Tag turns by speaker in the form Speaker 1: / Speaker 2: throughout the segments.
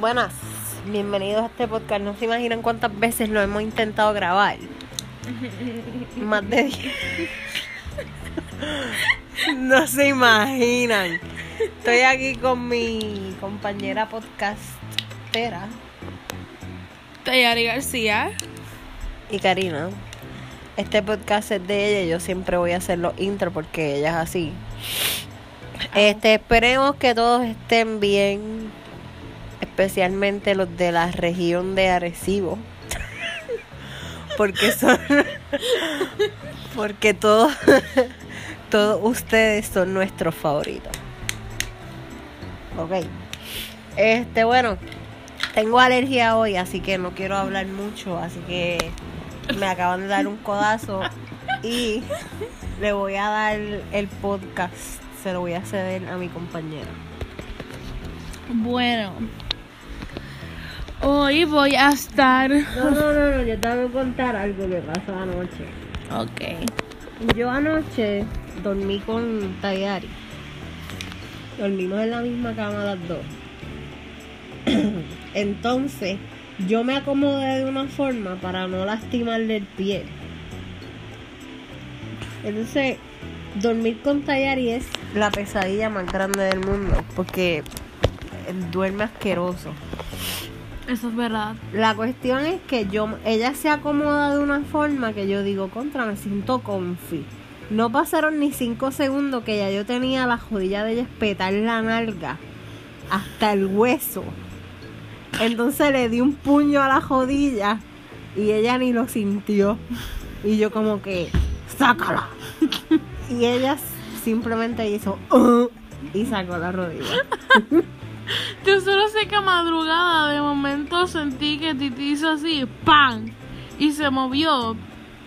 Speaker 1: Buenas, bienvenidos a este podcast. No se imaginan cuántas veces lo hemos intentado grabar. Más de 10. No se imaginan. Estoy aquí con mi compañera podcastera
Speaker 2: Tayari García.
Speaker 1: y Karina. Este podcast es de ella y yo siempre voy a hacer los intro porque ella es así. Este, esperemos que todos estén bien, especialmente los de la región de Arecibo. Porque son porque todos todos ustedes son nuestros favoritos. Ok. Este, bueno, tengo alergia hoy, así que no quiero hablar mucho, así que me acaban de dar un codazo y le voy a dar el podcast, se lo voy a ceder a mi compañera.
Speaker 2: Bueno. Hoy voy a estar.
Speaker 1: No, no, no, no, yo te voy a contar algo que pasó anoche.
Speaker 2: Ok.
Speaker 1: Yo anoche dormí con Tayari. Dormimos en la misma cama las dos. Entonces, yo me acomodé de una forma para no lastimarle el pie. Entonces, dormir con Tayari es la pesadilla más grande del mundo porque él duerme asqueroso.
Speaker 2: Eso es verdad.
Speaker 1: La cuestión es que yo, ella se acomoda de una forma que yo digo, contra, me siento confi. No pasaron ni cinco segundos que ya yo tenía la jodilla de ella espetar la nalga hasta el hueso. Entonces le di un puño a la jodilla y ella ni lo sintió. Y yo como que, sácala. Y ella simplemente hizo, "Ugh", y sacó la rodilla.
Speaker 2: Yo solo sé que a madrugada de momento sentí que Titi hizo así, ¡pam! Y se movió.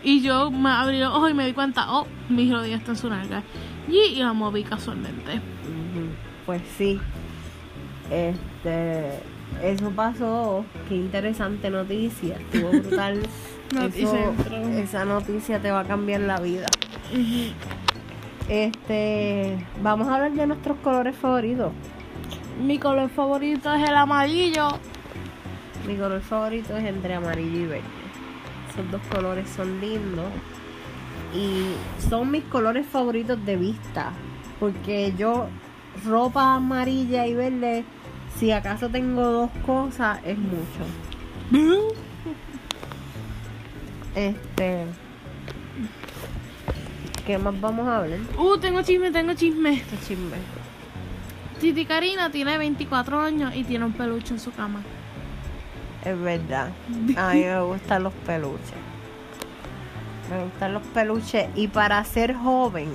Speaker 2: Y yo me abrí los ojos y me di cuenta, oh, mi rodilla está en su nalga. Y, y la moví casualmente.
Speaker 1: Ujú, Pues sí. Este, eso pasó. Qué interesante noticia. Estuvo brutal.
Speaker 2: Noticia
Speaker 1: Eso-
Speaker 2: entró.
Speaker 1: esa noticia te va a cambiar la vida. Este, vamos a hablar de nuestros colores favoritos.
Speaker 2: Mi color favorito es el amarillo.
Speaker 1: Mi color favorito es entre amarillo y verde. Esos dos colores son lindos. Y son mis colores favoritos de vista. Porque yo, ropa amarilla y verde, si acaso tengo dos cosas, es mucho. Este. ¿Qué más vamos a hablar?
Speaker 2: Uh, tengo chisme, tengo chisme.
Speaker 1: Qué chisme.
Speaker 2: Titi Karina tiene 24 años y tiene un peluche en su cama.
Speaker 1: Es verdad. A mí me gustan los peluches. Me gustan los peluches. Y para ser joven,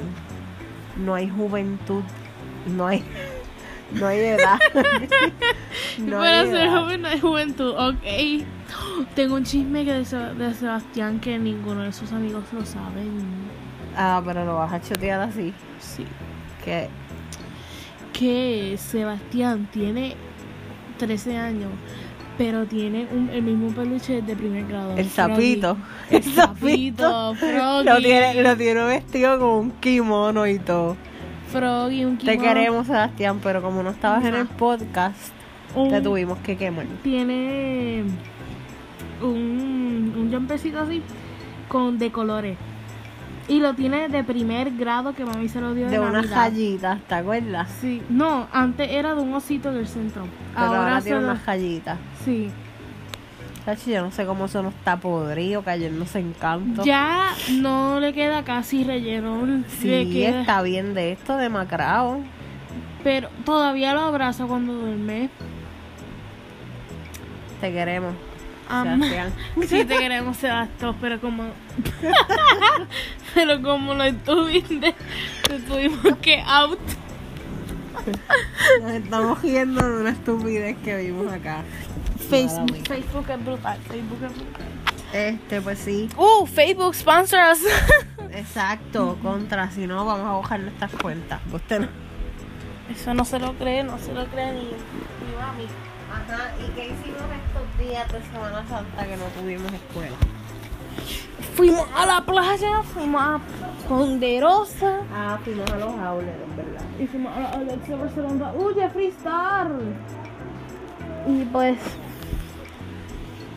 Speaker 1: no hay juventud. No hay, no hay edad. No hay
Speaker 2: Para ser
Speaker 1: edad.
Speaker 2: joven no hay juventud, ok. Tengo un chisme que de, Seb- de Sebastián que ninguno de sus amigos lo saben.
Speaker 1: Ah, pero lo vas a chotear así.
Speaker 2: Sí.
Speaker 1: Que
Speaker 2: Que Sebastián tiene 13 años, pero tiene un- el mismo peluche de primer grado.
Speaker 1: el
Speaker 2: Froggy.
Speaker 1: sapito. El sapito.
Speaker 2: sapito, Froggy.
Speaker 1: Lo tiene, lo tiene vestido con un kimono y todo.
Speaker 2: Froggy, un
Speaker 1: Te
Speaker 2: kimono.
Speaker 1: queremos, Sebastián, pero como no estabas en el
Speaker 2: Ajá.
Speaker 1: podcast,
Speaker 2: Un-
Speaker 1: te tuvimos que quemar.
Speaker 2: Tiene un, un jumpercito así con de colores. Y lo tiene de primer grado que mami se lo dio de,
Speaker 1: De unas
Speaker 2: Navidad.
Speaker 1: gallitas, ¿te acuerdas?
Speaker 2: Sí, no, antes era de un osito del centro.
Speaker 1: Pero ahora,
Speaker 2: ahora se
Speaker 1: tiene
Speaker 2: lo-
Speaker 1: unas callitas.
Speaker 2: Sí.
Speaker 1: Chachi, yo no sé cómo eso no está podrido, cayéndose en canto.
Speaker 2: Ya no le queda casi relleno. le
Speaker 1: sí,
Speaker 2: queda-
Speaker 1: está bien de esto, demacrado.
Speaker 2: Pero todavía lo abrazo cuando duerme.
Speaker 1: Te queremos.
Speaker 2: Am-
Speaker 1: Sebastián.
Speaker 2: sí te queremos Sebastián, pero como pero como no estuviste, te tuvimos que out.
Speaker 1: Nos estamos riendo de una estupidez que vimos acá. Mala
Speaker 2: Facebook,
Speaker 1: mía.
Speaker 2: Facebook es brutal, Facebook es brutal.
Speaker 1: Este, pues sí.
Speaker 2: Uh, Facebook sponsors.
Speaker 1: Exacto, contra. Si no, vamos a bajar nuestras cuentas. Usted no.
Speaker 2: Eso no se lo cree, no se lo cree ni, ni mami.
Speaker 1: Ajá, ¿y qué hicimos estos días de Semana Santa que no tuvimos escuela?
Speaker 2: Fuimos a la playa, fuimos a Ponderosa.
Speaker 1: Ah, fuimos a los outlets, en verdad.
Speaker 2: Y fuimos a la Alexia Barcelona. ¡Uh, Jeffree Star! Y pues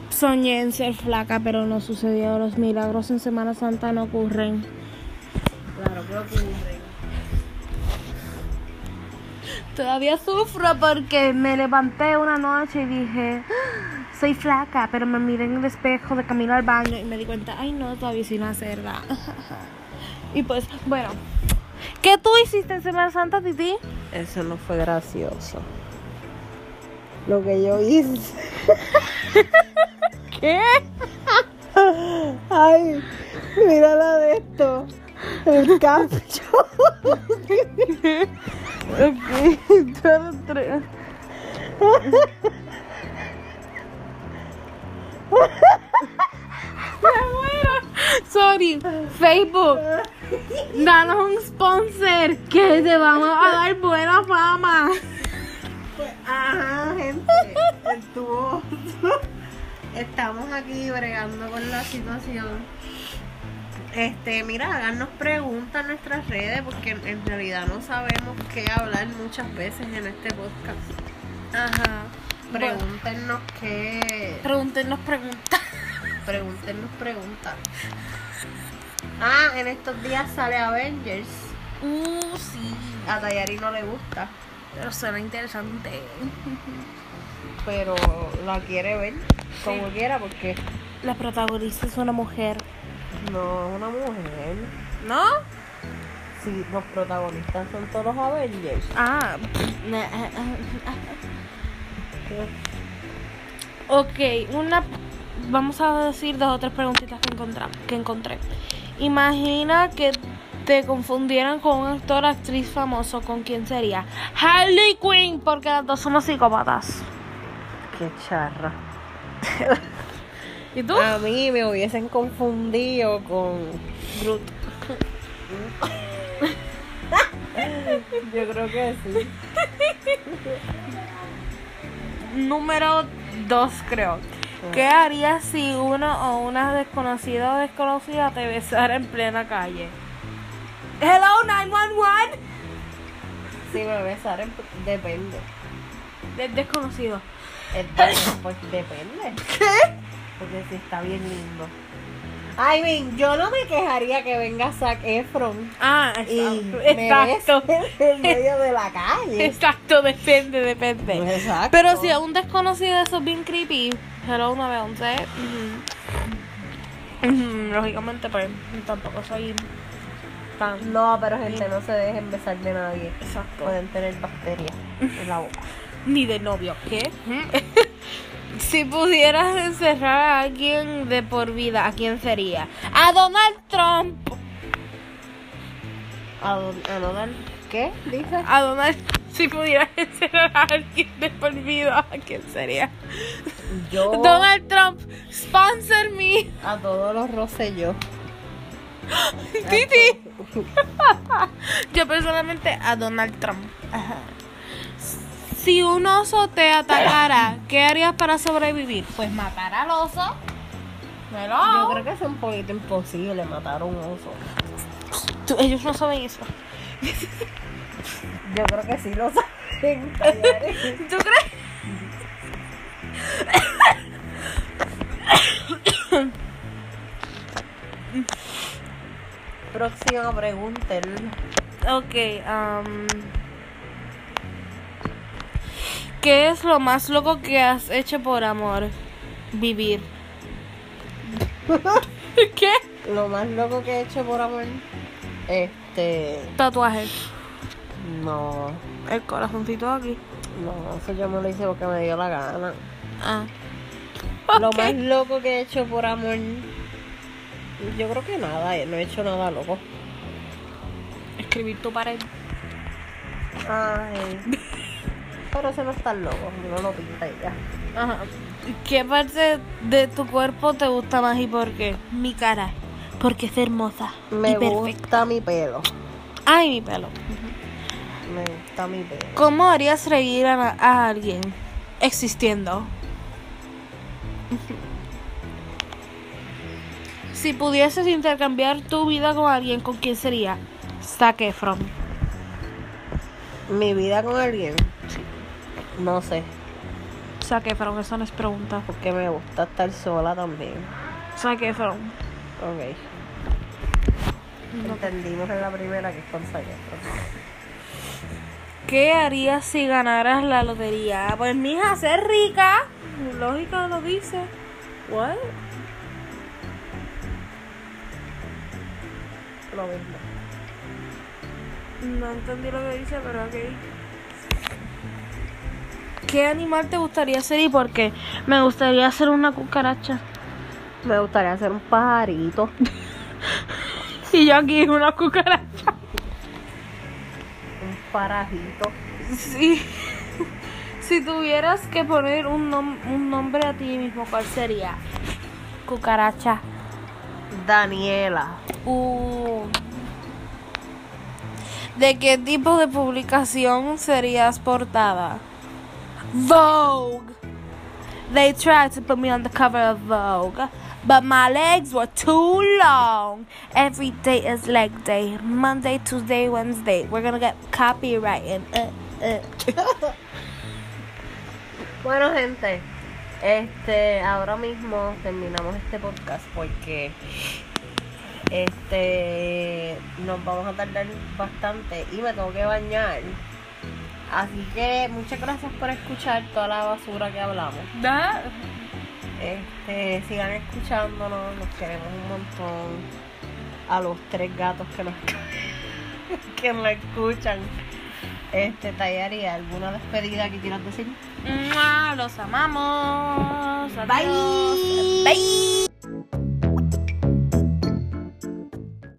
Speaker 2: soñé en ser flaca, pero no sucedió. Los milagros en Semana Santa no ocurren.
Speaker 1: Claro, creo que
Speaker 2: Todavía sufro porque me levanté una noche y dije, "Ah, soy flaca, pero me miré en el espejo de camino al baño y me di cuenta, ay no, todavía soy una cerda. Y pues, bueno, ¿qué tú hiciste en Semana Santa, Titi?
Speaker 1: Eso no fue gracioso. Lo que yo hice.
Speaker 2: ¿Qué?
Speaker 1: Ay, mira la de esto. El capcho.
Speaker 3: Sorry, Facebook. Danos un sponsor que te vamos a dar buena fama.
Speaker 1: Ajá, gente. Estuvo. Estamos aquí bregando con la situación. Este, mira, háganos preguntas en nuestras redes porque en, en realidad no sabemos qué hablar muchas veces en este podcast.
Speaker 2: Ajá.
Speaker 1: Pregúntenos qué.
Speaker 2: Pregúntenos preguntas.
Speaker 1: Pregúntenos preguntas. Ah, en estos días sale Avengers.
Speaker 2: Uh, sí.
Speaker 1: A Dayari no le gusta,
Speaker 2: Pero suena interesante.
Speaker 1: pero la quiere ver como quiera porque
Speaker 2: La protagonista es una mujer.
Speaker 1: no es una mujer.
Speaker 2: ¿No?
Speaker 1: Si los protagonistas son todos los Avengers.
Speaker 2: Ah. ok, una. Vamos a decir dos o tres preguntitas que, encontramos, que encontré. Imagina que te confundieran con un actor actriz famoso. ¿Con quién sería? Harley Quinn, porque las dos somos psicópatas.
Speaker 1: Qué charra.
Speaker 2: ¿Y tú?
Speaker 1: A mí me hubiesen confundido con.
Speaker 2: Groot.
Speaker 1: Yo creo que sí.
Speaker 2: Número 2, creo. ¿Qué harías si uno o una desconocida o desconocida te besara en plena calle? Hello 911.
Speaker 1: Si me besaren, pues, depende.
Speaker 2: Del desconocido.
Speaker 1: Entonces, pues depende. ¿Qué? Porque si está bien lindo. Ay, bien, yo no me quejaría que venga Zac Efron.
Speaker 2: Ah,
Speaker 1: Y
Speaker 2: exacto.
Speaker 1: me
Speaker 2: Exacto.
Speaker 1: bese en medio de la calle. Pues,
Speaker 2: Exacto, depende, depende.
Speaker 1: Exacto.
Speaker 2: Pero si a un desconocido eso es bien creepy. Hello 911. Ujú. Ujú, Lógicamente, pues tampoco soy tan.
Speaker 1: No, pues, pero gente, no se dejen besar de nadie.
Speaker 2: Exacto.
Speaker 1: Pueden tener bacterias en la boca.
Speaker 2: ni de novio, ¿qué? si pudieras encerrar a alguien de por vida, ¿a quién sería? A Donald Trump.
Speaker 1: ¿A, don- a no dar qué? Dice.
Speaker 2: A Donald si pudieras encerrar a alguien de por vida, ¿a quién sería?
Speaker 1: Yo.
Speaker 2: Donald Trump, sponsor me.
Speaker 1: A todos los Rosselló.
Speaker 2: Titi. Yo personalmente a Donald Trump. Si un oso te atacara, ¿qué harías para sobrevivir? Pues matar al oso.
Speaker 1: Yo
Speaker 2: Hello.
Speaker 1: creo que es un poquito imposible matar a un oso.
Speaker 2: Tú- ellos no saben eso.
Speaker 1: Yo creo que sí lo saben. Dayari.
Speaker 2: ¿Tú crees?
Speaker 1: Próxima pregunta. el-
Speaker 2: Ok, am, ¿Qué es lo más loco que has hecho por amor? Vivir. ¿Qué?
Speaker 1: Lo más loco que he hecho por amor. Este.
Speaker 2: Tatuaje.
Speaker 1: No.
Speaker 2: El corazoncito aquí.
Speaker 1: No, eso yo me lo hice porque me dio la gana.
Speaker 2: Ah.
Speaker 1: Lo más loco que he hecho por amor. Yo creo que nada, eh, no he hecho nada loco.
Speaker 2: Escribir tu pared.
Speaker 1: Ay. Pero eso no es tan loco, no lo pinta y ya.
Speaker 2: Ajá. ¿Qué parte de tu cuerpo te gusta más y por qué? Mi cara. Porque es hermosa.
Speaker 1: Me
Speaker 2: y perfecta.
Speaker 1: gusta mi pelo.
Speaker 2: Ay, mi pelo.
Speaker 1: Me gusta mi pelo.
Speaker 2: ¿Cómo harías reír a, a alguien existiendo? Si pudieses intercambiar tu vida con alguien, ¿con quién sería? Zac Efron.
Speaker 1: Mi vida con alguien. No sé.
Speaker 2: sea que Efron, eso no es pregunta.
Speaker 1: Porque me gusta estar sola también.
Speaker 2: O sea que Efron.
Speaker 1: Ok. Entendimos en la primera que es con Zac Efron.
Speaker 2: ¿Qué harías si ganaras la lotería? Pues mija, ser rica. Lógica lo dice. What?
Speaker 1: Lo mismo.
Speaker 2: No entendí lo que dice, pero ok. ¿Qué animal te gustaría ser y por qué? Me gustaría ser una cucaracha.
Speaker 1: Me gustaría hacer un pajarito.
Speaker 2: Y yo aquí una cucaracha.
Speaker 1: Un parajito.
Speaker 2: Sí. Si tuvieras que poner un, nom- un nombre a ti mismo, ¿cuál sería? Cucaracha.
Speaker 1: Daniela.
Speaker 2: Uh. ¿De qué tipo de publicación serías portada? Vogue. They tried to put me on the cover of Vogue, but my legs were too long. Every day is leg day. Monday, Tuesday, Wednesday. We're gonna get copyright and uh, uh.
Speaker 1: Bueno, gente, este, ahora mismo terminamos este podcast porque este nos vamos a tardar bastante y me tengo que bañar. Así que muchas gracias por escuchar toda la basura que hablamos. Este, sigan escuchándonos, los queremos un montón. A los tres gatos que nos que nos escuchan. Este, Tayaría, ¿alguna despedida que quieras decir?
Speaker 2: Mua, Los amamos.
Speaker 1: Bye.
Speaker 2: Adiós. Bye.